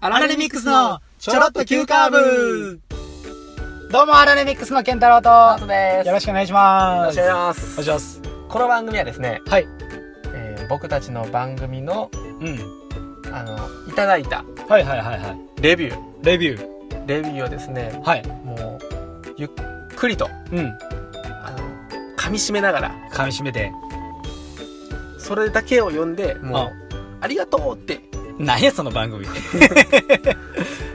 アラレミックスのちょろっと急カーブどうもアラレミックスの健太郎パーとトですよろしくお願いしますよろしくおお願いします願いしますこの番組はですね、はいえー僕たちの番組のうんあのいただいたはいはいはいはいレビューレビューレビューをですねはいもうゆっくりとうんあの噛み締めながら噛み締めてそれだけを読んでもう、ありがとうってなんやその 番組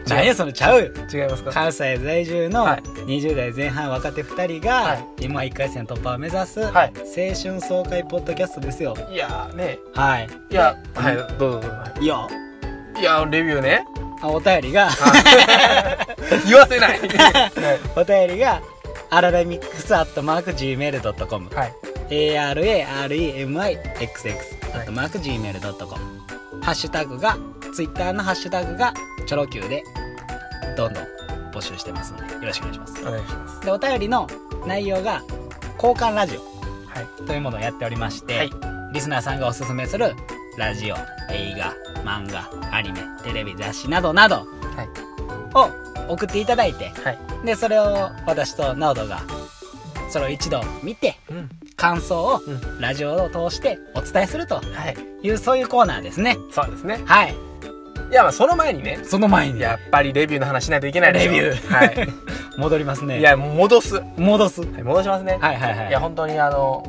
なんやそのちゃうよ違いますか関西在住のはい20代前半若手2人はがい今1回戦突破を目指す青はい春爽快ポッドキャストですよいやーねはいいやうんはいどうぞどうぞはいいやいやーレビューねあお便りが 言わせないはい お便りがアラレミックスアットマーク Gmail.com はい ARAREMIXX アットマーク Gmail.com ハッシュタグがツイッターのハッシュタグがチョロ Q でどんどん募集してますのでよろしくお願いしますお願いしますでお便りの内容が交換ラジはいオというものをやっておりまして、はいリスナーさんがおすすめするラジオ映画漫画アニメテレビ雑誌などなどを送っていただいてはいでそれを私とナオドがそれを一度見てうん感想をうラジオを通してお伝えするとはいいうそういうコーナーですねそうですねはいいやまあその前にねその前にやっぱりレビューの話しないといけないでしょレビュー 戻りますはいねいやもう戻す、は戻すはいい、戻しますね、はいはいいや本当にあの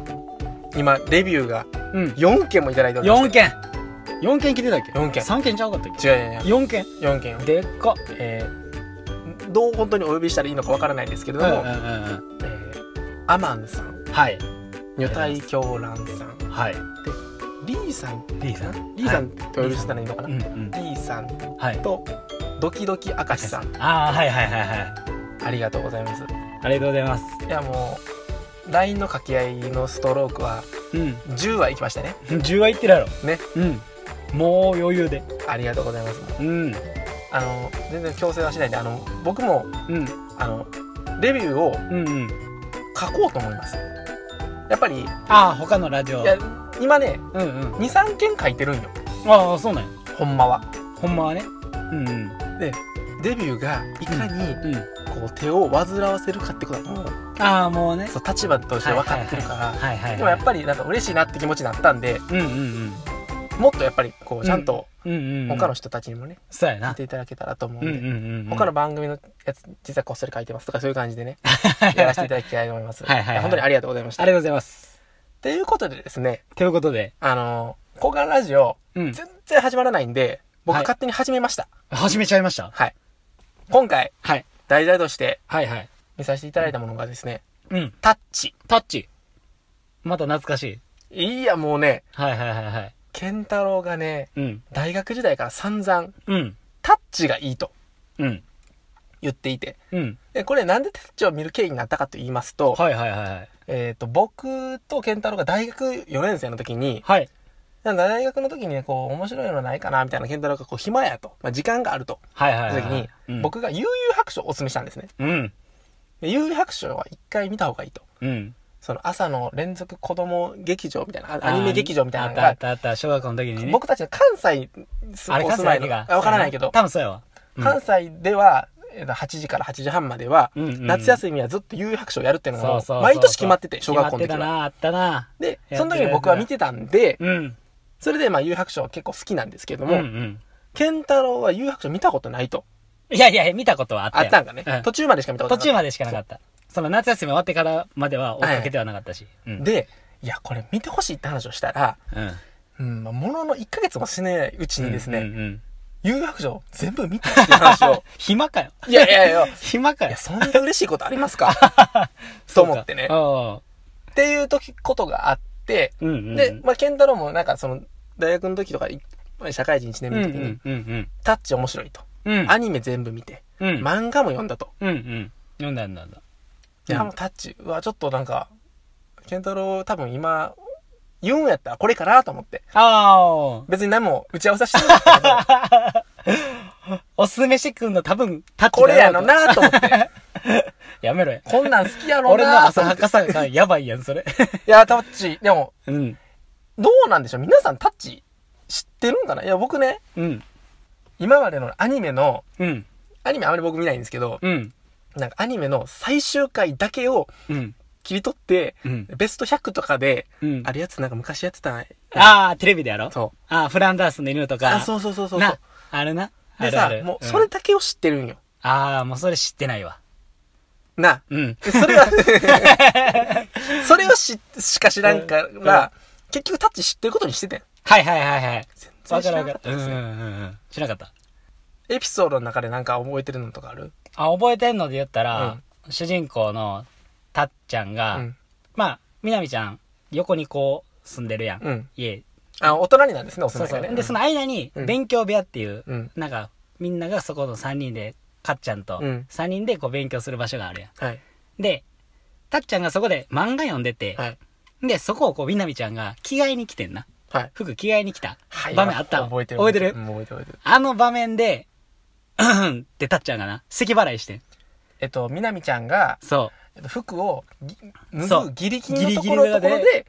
今レビューがうん4件もいただいておりま4し件4件来てたっけ4件3件ちゃうかったっけて違う違う違う4件4件でっかえーどう本当にお呼びしたらいいのかわからないですけれうどんうんも、うんうんえーアマンさんはい女体狂乱さんはいリーさんリーさんリーさんってお呼びしたらいいのかな、うんうんリーさんはいとドキドキ明石さんああはいはいはいはいありがとうございますいありがとうございますやもう LINE の掛け合いのストロークはうん10はいきましたね10はいってるやろねうんもう余裕でありがとうございますうんあの全然強制はしないんであの僕もうんあのレビューをうんうん書こうと思いますやっぱりいああ他のラジオや今ねうんうん23件書いてるんよああそうなんやほんまはほんまはねうんうんデビューがいかにうんこう手を煩わせるかってことはもうああもうねそう立場として分かってるから、はいはいはいでもやっぱりなんか嬉しいなって気持ちになったんでうんうんもっとやっぱりこうちゃんとうんうんうん他の人たちにもねそうや見なていただけたらと思ううんんで、うんうん他の番組のやつ実はこっそり書いてますとかそういう感じでねはいやらせていただきたいと思いますはいはいはいや本当にありがとうございました ありがとうございますということでですねということであのー交換ラジオうん全然始まらないんで僕はい勝手に始めました始めちゃいましたはい、今回はい題材としてはいはい見させていただいたものがですねうんタッチタッチまた懐かしいいやもうねはいはいはいはい健太郎がねうん大学時代から散々うんタッチがいいとうん言っていてうんでこれなんでタッチを見る経緯になったかと言いますと,、はいはいはいはいえー、と僕と健太郎が大学4年生の時にはいなんか大学の時にねこう面白いのないかなみたいな健太郎がこう暇やと、まあ、時間があるとはいはいいうはい時はにい、うん僕が悠々白書をお勧めしたんですねうんで悠々白書は一回見た方がいいとうんその朝の連続子供劇場みたいなあアニメ劇場みたいなのあっがたあったあった小学校の時にね僕たちの関西にすあれお関住西まだいのけがわからないけど、多分そうやわうん関西ではえーと8時から8時半までは、うんうんうん夏休みはずっと有白書をやるっていうのがもうそうそうそう毎年決まってて小学校の時決まってたは。なあったなでやってるその時に僕は見てたんでうんそれでまあ有白書は結構好きなんですけどうも、んうん健太郎は有白書見たことないといやいや見たことはあったあよったんかね、う途中までしか見たこと途な中いまでしかなかったその夏休み終わってからまでは追っかけてはなかったしうんでいやこれ見てほしいって話をしたら、うんうんまあ、ものの1ヶ月もしないうちにですうんねうんうん有白書を全部見たっていう話を 暇かよいやいやいやい 暇かよやそんな嬉しいことあり ますかと思ってねっていう時ことがあって、うんうんうんで、まあ、健太郎もなんかその、大学の時とか、い社会人1年うん目うの時に、んうんタッチ面白いと。うんうんアニメ全部見て、うん漫画も読んだと。うんうん読んだ読んだ読んだいや、もうタッチ、うわ、ちょっとなんか、健太郎多分今、言うんやったらこれかなと思って。あ別に何も打ち合わせしてなかったけ ど、あおすすめしてくんの多分タッチこれだやろろうとなと思 って。やめろやこんなん好きやろ俺のなと浅思はって。かさがやばいやんそれ いや、タッチ、でも、うんどうなんでしょう皆さんタッチ知ってるんかないや、僕ね、うん今までのアニメの、うん。アニメあまり僕見ないんですけど、うん。なんかアニメの最終回だけをうん。切り取って、うんベスト100とかで、うん。あれやつなんか昔やってたなああ、テレビでやろそああ、フランダースの犬とか。あ、そうそうそうそうそうな。、あるな。あでるあさる。、もう、んそれだけを知ってるんよ。ああ、もうそれ知ってないわ。な。うん。でそれは、 それをし、しか知らんかうんら、結局タッチ知ってることにしててん。はいはいはいはい。全わ然知かるらわんかかるっ。たうんでうすんね。うんうん。知らなかった。エピソードの中でなんか覚えてるのとかあるあ、覚えてんので言ったら、主人公のたっちゃんうが、ん。まあ、みなみちゃん、横にこう、住んでるやん。うん。家。あ、大人になんですね、お住そうまそいがう。ね。で、その間に、うん勉強部屋っていう、うん。なんか、みんながそこの3人で、かっちゃんとうん、 3人でこう勉強する場所があるやはい。ん。で、たっちゃんがそこで漫画読んでて、はい。で、そこをこう、みなみちゃんが着替えに来てんな。はい。服着替えに来たはい。場面あったの。覚えてる。覚えてるうん覚えてる覚えてる。あの場面で、うんってたっちゃんがな、咳払いしてん。えっと、みなみちゃんが、そえっと服をぎ脱そぐうギリギリのとこギリギリろのととこころろで、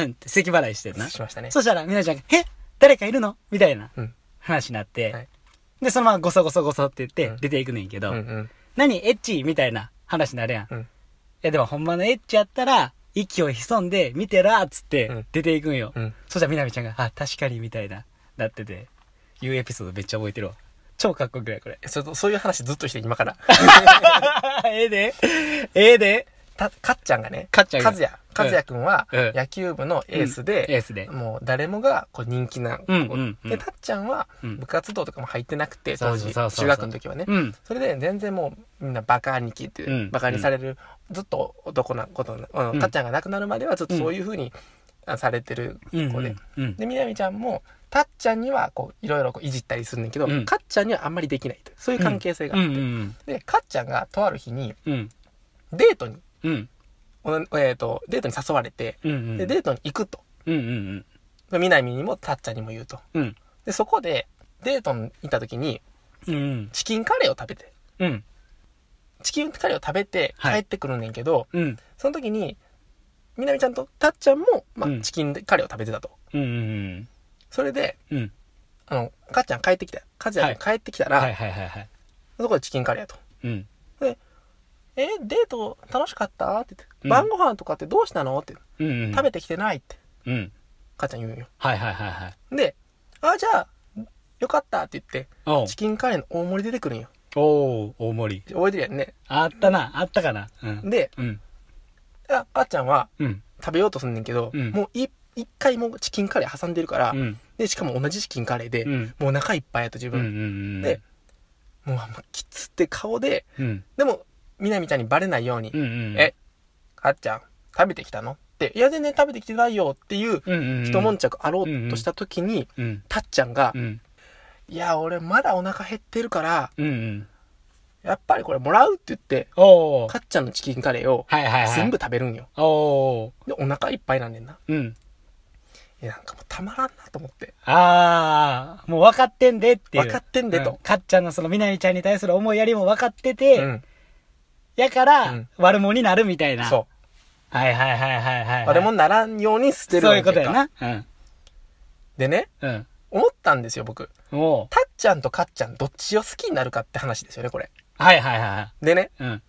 う、うんって咳払いしてんな。しましたね。そしたら、みなみちゃんが、え誰かいるのみたいなうん。話になって、はいで、そのままゴソゴソゴソって言っうてん出ていくねんけうど、んうん。何エッチみたいな話になるやん。ういん。や、でもほんまのエッチやったら、息を潜んで見てらーっつうってん出ていくんよ。うん。そしたらみなみちゃんが、あ、確かにみたいな、なってて、いうエピソードめっちゃ覚えてるわ。超かっこよくな いこれ。えそれとそういう話ずっとして今 から。ええで。ええで。た、かっちゃんがね、かっちゃんがかずや、かずやくんはうん、野球部のエースうんエーで、スで。もう誰もが、こう人気な子、うんうんうんで、たっちゃんはうん、部活動とかも入ってなくて、そ当うそう時、そうそ中う学の時はね。うん。それで全然もうみんなバカ兄貴って、うんバカにされる、ずっと男なことな、うんうんかっちゃんが亡くなるまではずっとそういうふうにあされてる子で、うん。うん。でみなみちゃんもたっちゃんにはこういろいろこういじったりするんだけど、うんかっちゃんにはあんまりできないとそういう関係性がうあんっうて、んでかっちゃんがとある日にうん。うん。デートに、うん。おえー、とデートに誘われてうん。うん。でデートに行くとうんうんでみなみにもたっちゃんにも言うとうん。うん。でそこでデートに行った時にうん。チキンカレーを食べてうん。チキンカレーを食べて帰はいってくるねんけど、うん。その時に、みなみちゃんとたっちゃんも、まうんあ、チキンカレーを食べてたと。うん。うん。それで、うん。あの、かっちゃん帰ってきた。かずやが帰ってきたら、はいはいはいはい。そこでチキンカレーやと。うん。え、デート楽しかったって言って、うん晩ご飯とかってどうしたのって、うんうん。食べてきてないって、うん。かっちゃん言うんよ。はいはいはいはい。で、あ、じゃあ、よかったって言って、おうチ。キンカレーの大盛り出てくるんよ。おう、大盛り。覚えてるやんね。あったな、あったかな。うん。で、うん。あかっちゃんはうん。食べようとすんねんけど、うんもうい一回もうチキンカレー挟んでるから、うん。で、しかも同じチキンカレーで、うん。もうお腹いっぱいやと自うん。う分。ん。で、もうあんまきつって顔で、うん。でも、みなみちゃんにバレないように、うん。うん。え、かっちゃん、食べてきたのって、いや全然食べてきてないよっていう、うん。うん。一悶着あろうとした時に、うん。たっちゃんがう、ん。いや、俺まだお腹減ってるから、うん。うん。やっぱりこれもらうって言って、おう。かっちゃんのチキンカレーをはいはいはい。全部。食べるんよ。おう。で、お腹いっぱいなんねんな。うん。いや、なんかもうたまらんなと思って。ああ、もう分かってんでっていう。分かってんでとうかっちゃんのそのみなみちゃんに対する思いやりも分かってて、うん。やから、うん悪者になるみたいな。。そうはいはいはいはいはい、う。あれもならんように捨てるそういうこと結や果な。うん。でね、うん。思ったんですよ、僕。もたっちゃんとかっちゃんどっちを好きになるかって話ですよね、これ。う。はいはいはいはでね、い。うん。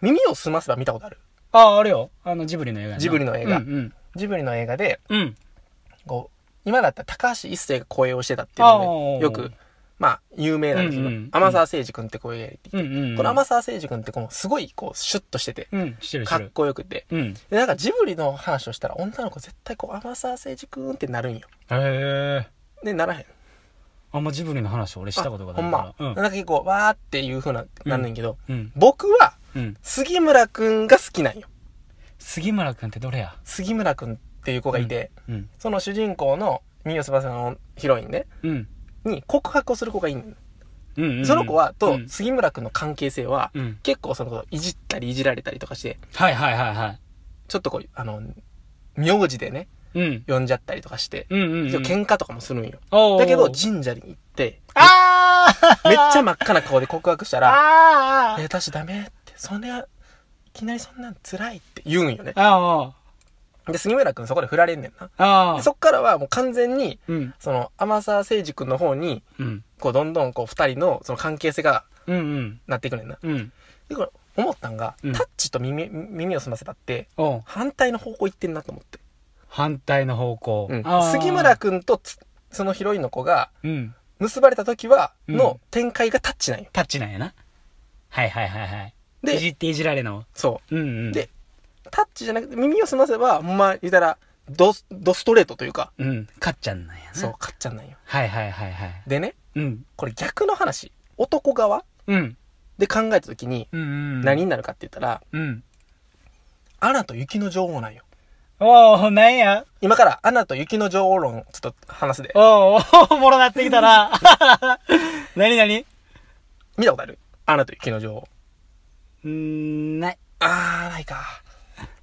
耳をすませば見たことある。ああ、あれよ。あの、ジブリの映画やなジブリの映画うんうん。ジブリの映画で、うん。こう、今だったら高橋一生が声をしてたっていうのあで、ーよく、まあ、有名なんですけど、うんうん天沢誠二君って声がいて、うんうんうん。この天沢誠二君ってこう、すごいこう、シュッとしてて、うん。してるしかてっる。こよくて。うん。へで、なんかジブリの話をしたら、女の子絶対こう、天沢誠二君ってなるんよ。え。で、ならへん。あんまジブリの話俺したことがないあかほら。んま。なんか結構、わーっていう風な、なんねんけど、うん。うん。僕は、うん。杉村君が好きなんよ。杉村くんってどれや杉村君っていう子がいて、うん。その主人公の、ミオスバさんのヒロインね、うん。に告白をする子がいいんうんうんうん。その子は、うとん、杉村くんの関係性は、うん。結構その子いじったりいじられたりとかして、はいはいはいはちょっとこう、あの、名字でね、い。うん。呼んじゃったりとかして、うんうん、うん。喧嘩とかもするんよ。おーだけど、神社に行って、あ あめっちゃ真っ赤な顔で告白したら、あえ、ー私ダメって、そんな、いきなりそんなん辛いって言うんよね。あーで、杉村くんそこで振られんねんな。あであ。そっからはもう完全に、うん。その、天沢誠二くんの方に、うん。こう、どんどんこう、二人のその関係性がうんうん。なっていくねんな。うん。で、これ、思ったんが、うんタッチと耳、耳を澄ませたって、おう反対の方向行ってんなと思って。反対の方向。うんああ杉村。くんとつ、そのヒロインの子が、うん。結ばれた時は、うんの展開がタッチなんよ。タッチなんやな。はいはいはいはい。いじで、っていじられの。そうんうん。でう。タッチじゃなくて、耳を澄ませば、ほんま、言うたら、ドス、ドストレートというか、うん。かっちゃんなんやな。そう、。かっちゃんなんよ。はいはいはいはい。でね、うん。これ逆の話。男側うん。で考えた時に、うんうん。何になるかって言ったら、うん。アナと雪の女王なんよ。おおなんや今から、アナと雪の女王論、ちょっと話すで。おうおお もろなってきたな。何何見たことあるアナと雪の女王。うーん、ない。あー、ないか。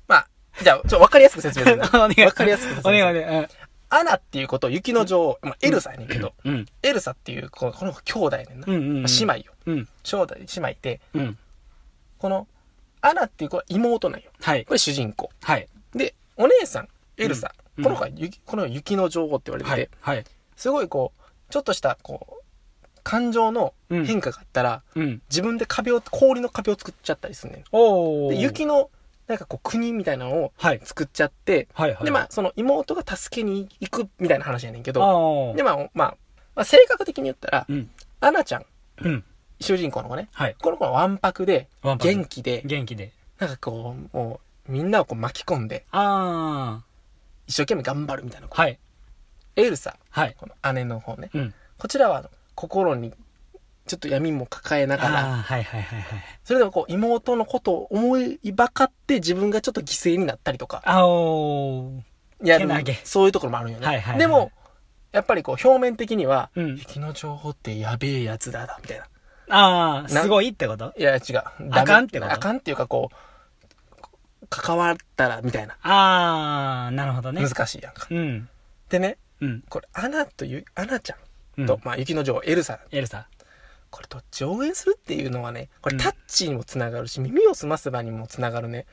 まあ、じゃあ、ちょっとわかりやすく説明するね。 お願い。わかりやすく説お願い明すおる。願い。アナっていうことを雪の女王、まあ、エルサやねんけど、うん。エルサっていう、このこの子兄弟やねんな。うんうんうんまあ姉妹よ。うん。兄弟、姉妹で、うん。この、アナっていう子は妹なんよ。はいこ。れ主人公。はい。で、お姉さん、エルサ。うんこの子は雪、この雪の女王って言われてて、はい。はい。すごいこう、ちょっとした、こう、感情の変化があったら、うん。自分で壁を、氷の壁を作っちゃったりするねんおお。で。雪の、なんかこう、国みたいなのをはい。作っちゃって、はいはい。で、まあ、その妹が助けに行くみたいな話やねんけど、ああ。で、まあ、まあ、まあ、性格的に言ったらう、ん。アナちゃん、うん。主人公の子ね、はい。この子はわんぱくで、ワンパク元気で、元気で。なんかこう、もう、みんなをこう巻き込んで、あ一生懸命頑張るみたいなあ。子。はい。エルサ、はい。この姉の方ね。うん。こちらは、心に、ちょっと闇も抱えながら、ああ、はいはいはいはい。それでもこう、妹のことを思いばかって自分がちょっと犠牲になったりとか、あおー。やけなげる、そういうところもあるんよね。はいはいはいでも、やっぱりこう、表面的には、うん。雪の情報ってやべえやつらだ、みたいな。ああ、すごいってこといや、違う。あかんってことあかんっていうか、こう、関わったら、みたいな。ああ、なるほどね。難しいやんか。うん。でね、うん。これ、アナとゆ、アナちゃうんんと、まあ、雪の女王、エルサ、エルサ。これどっちを応援するっていうのはね、こうれんタッチにもつながるし、耳を澄ませばにもつながるね。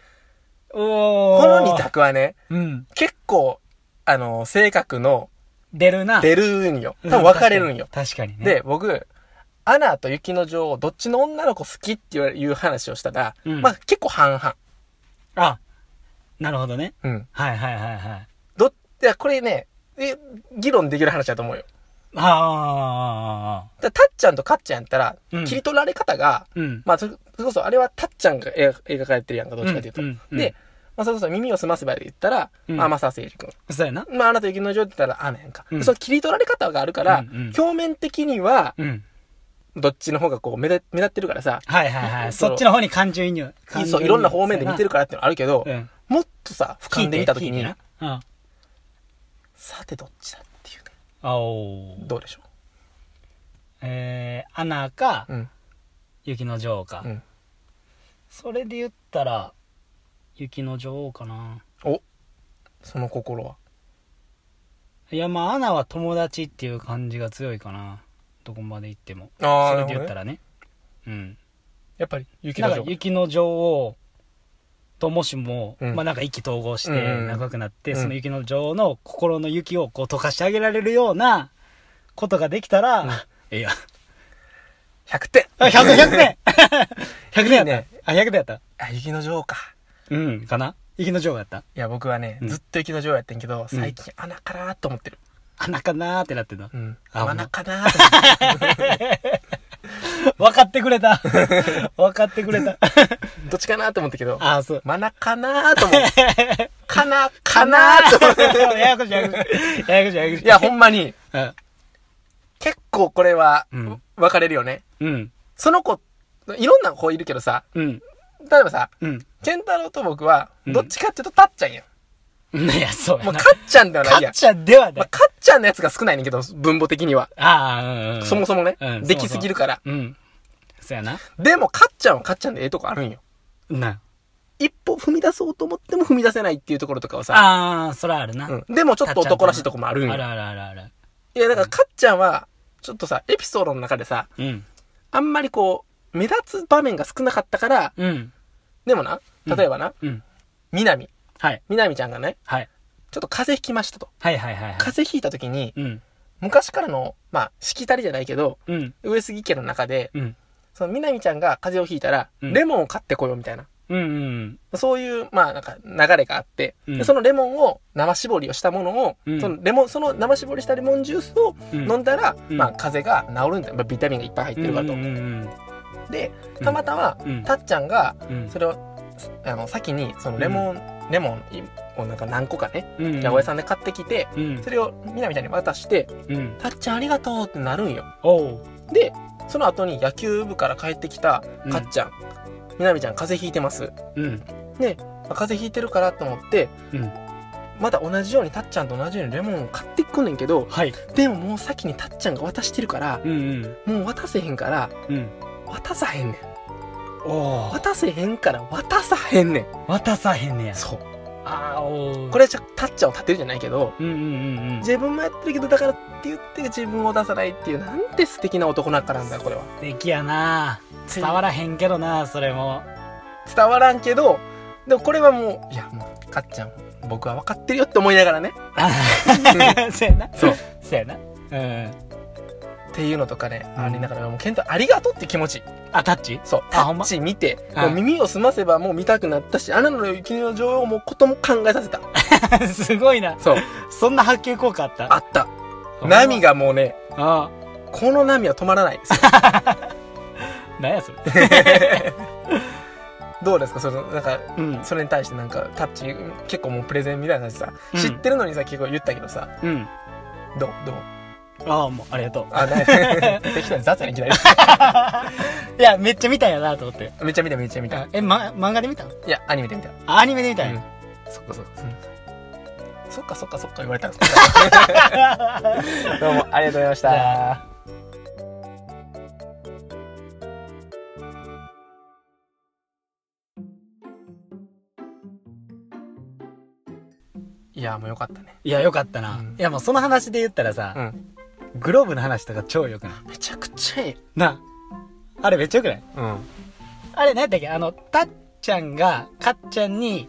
おお。この二。択はね、うん。結構、あの、性格の出るな。出るんよ。多うん分分かれるんよ。確かに確かにね。で、僕、アナと雪の女王、どっちの女の子好きって言われいう話をしたら、うんまあ結構半々。あ、なるほどね。うん。はいはいはいはい。ど、いや、これね、え議論できる話だと思うよ。ああ。だからたっちゃんとかっちゃんやったら、うん切り取られ方が、うん。まあそれそれこそあれはたっちゃんが描描かれてるやんか、どっちかというと。うんうんうんで、まあそれこそ耳を澄ませばで言ったら、うんまあ天沢誠二君。そうやな。まあ、あなた雪の女王って言ったら、あなやんか。うんその切り取られ方があるから、うんうん表面的には、うん。どっちの方がこう目立、目立ってるからさ、はいはいはうんい。そっちの方に感情移入。感情そう移入いろんな方面で見てるからってのあるけど、うん。もっとさ、俯瞰で見たとき聞いにて、聞いてなさてどっちだっていうね。うん。おーどうでしょえー、アナかう、うん。雪の女王かう。ん。それで言ったら、雪の女王かな。おその心は。いや、まあ、アナは友達っていう感じが強いかな。どこまで行っても。あそーれで言ったねらね。うん。やっぱり、雪なのん女か王。雪の女王ともしも、うんまあなんか意気投合しうんうてん仲良くなって、うんその雪の女王の心の雪をこう溶かしてあげられるようなことができたら、うんいや、 100点あ、100点 !100 点 !100 点やったいいねあ、100点やったあ、雪の女王か。うん、かな雪の女王やったいや、僕はね、うんずっと雪の女王やってんけど、最近、穴かなーと思ってる。穴かなーってなってたう。ん。あ穴かなーと思ってる。 分かってくれ た分かってくれた。どっちかなーと思ったけど、あ、 そう。マナかなーと 思って。かな、かなーと思って。や やこしいややこしい。ややこしいややこしい。いや、ほんまに、うん。結構これはうん、分かれるよね。うん。その子、いろんな子いるけどさ、うん。例えばさ、うん。ケンタロウと僕は、うんどっちかっていうと、たっちゃんやん。いや、そうやまな。あ、かっちゃんではないかやっん。ちゃんではまなあ、い。かっちゃんのやつが少ないねんけど、分母的には。ああ、うん、うん。そもそもねう、んできすぎるから。うん。そやな。でも、かっちゃんはかっちゃんでええとこあるんよ。な。一歩踏み出そうと思っても踏み出せないっていうところとかはさ、ああ、そらあるな。うん。でもちょっと男らしいとこもあるんあるよ。あるあるある。いや、だからかっちゃんは、ちょっとさ、エピソードの中でさ、うん。あんまりこう、目立つ場面が少なかったから、うん。でもな、例えばな、うん。南、はい。みなみちゃんがね、はい。ちょっと風邪ひきましたと。はいはいはいはい。風邪ひいた時に、うん。昔からの、まあ、しきたりじゃないけど、うん。上杉家の中で、うん。そのみなみちゃんが風邪をひいたら、うんレモンを買ってこようみたいな。うんうん。そういう、まあ、なんか、流れがあって、うんでそのレモンを、生絞りをしたものを、うんそのレモン、その生絞りしたレモンジュースをうん。飲んだら、うんまあ、風邪が治るんだよ。まあビタミンがいっぱい入ってるからと。うんうんうんで、うんたまたま、うん。たっちゃんが、うんそれを、あの、先に、そのレモン、レモンをなんか何個かね、うん。八百屋さんで買ってきて、うん。それをみなみちゃんに渡して、うん。たっちゃんありがとうってなるんよ。おう。で、その後に野球部から帰ってきたうんかっちゃん、みなみちゃん風邪ひいてます。うん。あ風邪ひいてるからと思って、うんまた同じようにたっちゃんと同じようにレモンを買ってくんねんけど、はい。でももう先にたっちゃんが渡してるから、うんうん。もう渡せへんから、うん。渡さへんねん。おう。渡せへんから渡さへんねん。渡さへんねや。そう。ああ、おう。これじゃ、たっちゃんを立てるじゃないけど、うんうんうんうん。素自分もやってるけど、だからって言って自分を出さないっていう、なんて素敵な男なんかなんだ、これは。敵やな伝わらへんけどなそれも。伝わらんけど、でもこれはもう、いや、もう、かっちゃん、僕は分かってるよって思いながらね。 あ ーそうやな。そう。そうやな。うん。っていうのとかね、うんありながら、もう、ケントありがとうって気持ち。あ、タッチそう、タあほんまッチ見て、はいもう耳を澄ませばもう見たくなったし、アナの雪の女王もことも考えさせた。 すごいな。そう、そんな波及効果あっ たあった。波が。がもうね、あこの波は止まらないです よ。あ。なんやそれ。どうですかその、なんか、うん。それに対してなんか、タッチ、結構もうプレゼンみたいな感じでさ、うん知ってるのにさ、結構言ったけどさ、うん。どうどうああ、もう、ありがとう。あ、 ない。適当に雑やねいきなり。いや、めっちゃ見たんやなと思って。めっちゃ見ためっちゃ見た。え、ま、漫画で見たのいや、アニメで見た。うあアニメで見たんんや。そっかそっか。うんそっかそっかそっか言われたんですけ どどうもありがとうございましじたゃ。いやもうよかったね。いや、よかったな。うんいや、もうその話で言ったらさ、ん。グローブの話とか超よくないめちゃくちゃいい。なあ。あれめっちゃよくないうん。あれ、何やったっけあの、たっちゃんが、かっちゃんに、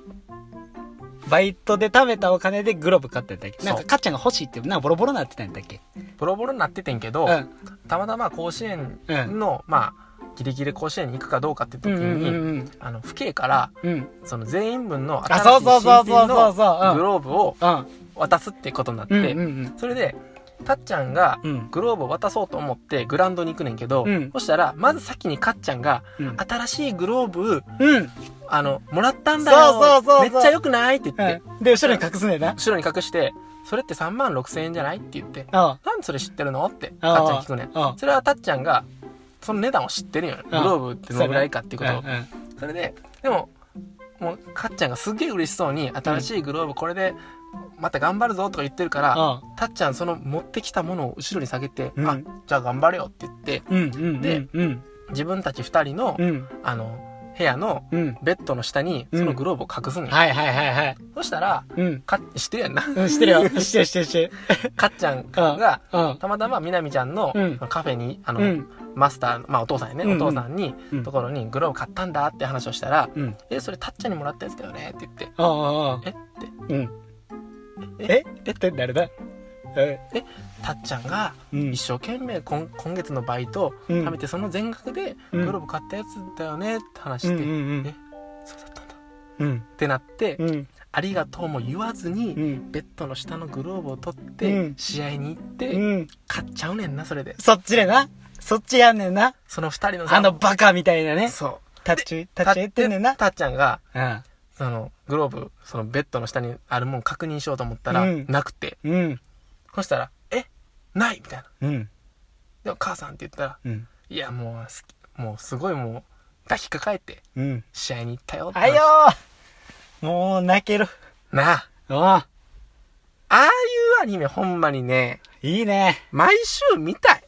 バイトで貯めたお金でグローブ買ったんだっけそうなんか、かっちゃんが欲しいって、なんかボロボロなってたんだっけボロボロになっててんけうど、ん。うんたまたま甲子園の、まあ、ギリギリ甲子園に行くかどうかって時うに、んうんあの、父兄から、うん。うん。その全員分のあ、新しいそうそうそう新そう品そうのグそう。ローブをうん。渡すってことになって、うん。うんうんそれで、たっちゃんが、うん。うん。グローブを渡そうと思ってグラウンドに行くねんけど、うんそしたら、まず先にかっちゃんが、うん。新しいグローブ、うん。あの、もらったんだよそうそうそうそうめっちゃ良くないって言って、うんで、後ろに隠すねんな。後ろに隠して、それって3万6千円じゃないって言って、あなんでそれ知ってるのって、あかっちゃん聞くねん。あ。それはたっちゃんが、その値段を知ってるよね。グローブってどのぐらいかっていうことをうんうんそれで、でも、もう、かっちゃんがすげえ嬉しそうに、新しいグローブこれで、また頑張るぞとか言ってるから、あたっちゃんその持ってきたものを後ろに下げて、うんあ、じゃあ頑張れよって言って、うんうんでうん自分たち二人の、うんあの、部屋のうんベッドの下に、そのグローブを隠すのよ。はいはいはいはいそしたら、うんか、知ってるやんな。うんしてるよしてるしてるしてる かっちゃんが、うんたまたまみなみちゃんのうんカフェに、あの、うんマスター、まあお父さんやね、うんうんお父さんに、うんところにグローブ買ったんだって話をしたら、うんえ、それたっちゃんにもらったやつだよねって言って、ああああえって、うんえええって誰だえたっちゃんがうん一生懸命今今月のバイトをうん貯めてその全額でうんグローブ買ったやつだよねって話うして、んえそうだったんだっうんてなって、うんうんありがとうも言わずに、うんベッドの下のグローブを取っうてん試合に行って、うん買っちゃうねんなそれでそっちでなそっちやんねんなその二人のさあのバカみたいなねそうタッチタッチやってんねんなたっちゃんがうんそのグローブそのベッドの下にあるもん確認しようと思ったら、うんなくてうんそしたら「えない!」みたいなうん「でも母さん」って言ったらうん「いやもうすもうすごいもう抱きかかえてうん試合に行ったよ」ってあ話いよーもう泣けるなあああああいうアニメほんまにねいいね毎週見たい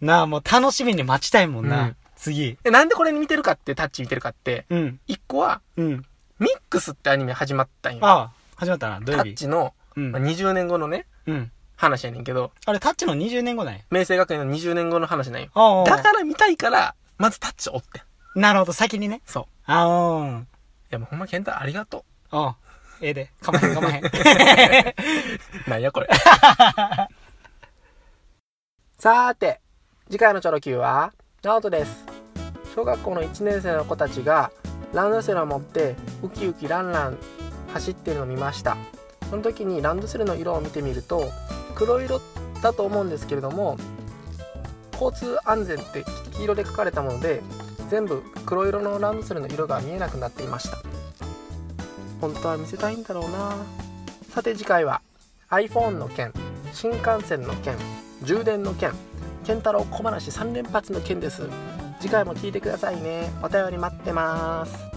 なあ、もう楽しみに待ちたいもんな。うん次。でなんでこれ見てるかってタッチ見てるかってうん。一個はうん。ミックスってアニメ始まったんよああ、始まったな、土タ曜ッ日。チの、うまあ、ん。 20年後のねうん。話やねんけどあれ、タッチの20年後なんや。明星学園の20年後の話なんよああ。だから見たいから、まずタッチ追ってん。なるほど、先にね。そう。ああ。いや、もうほんま、ケンタありがとああ。ええで。かまへんかま へん。なんやこれ。 さーて、次回のチョロ Q は、ナオトです。小学校の1年生の子たちが、ランドセルを持って、ウキウキランラン走ってるのを見ました。その時にランドセルの色を見てみると、黒色だと思うんですけれども、交通安全って黄色で書かれたもので、全部黒色のランドセルの色が見えなくなっていました。本当は見せたいんだろうなさて次回は iPhone の件新幹線の件充電の件健太郎小話3連発の件です次回も聞いてくださいねお便り待ってます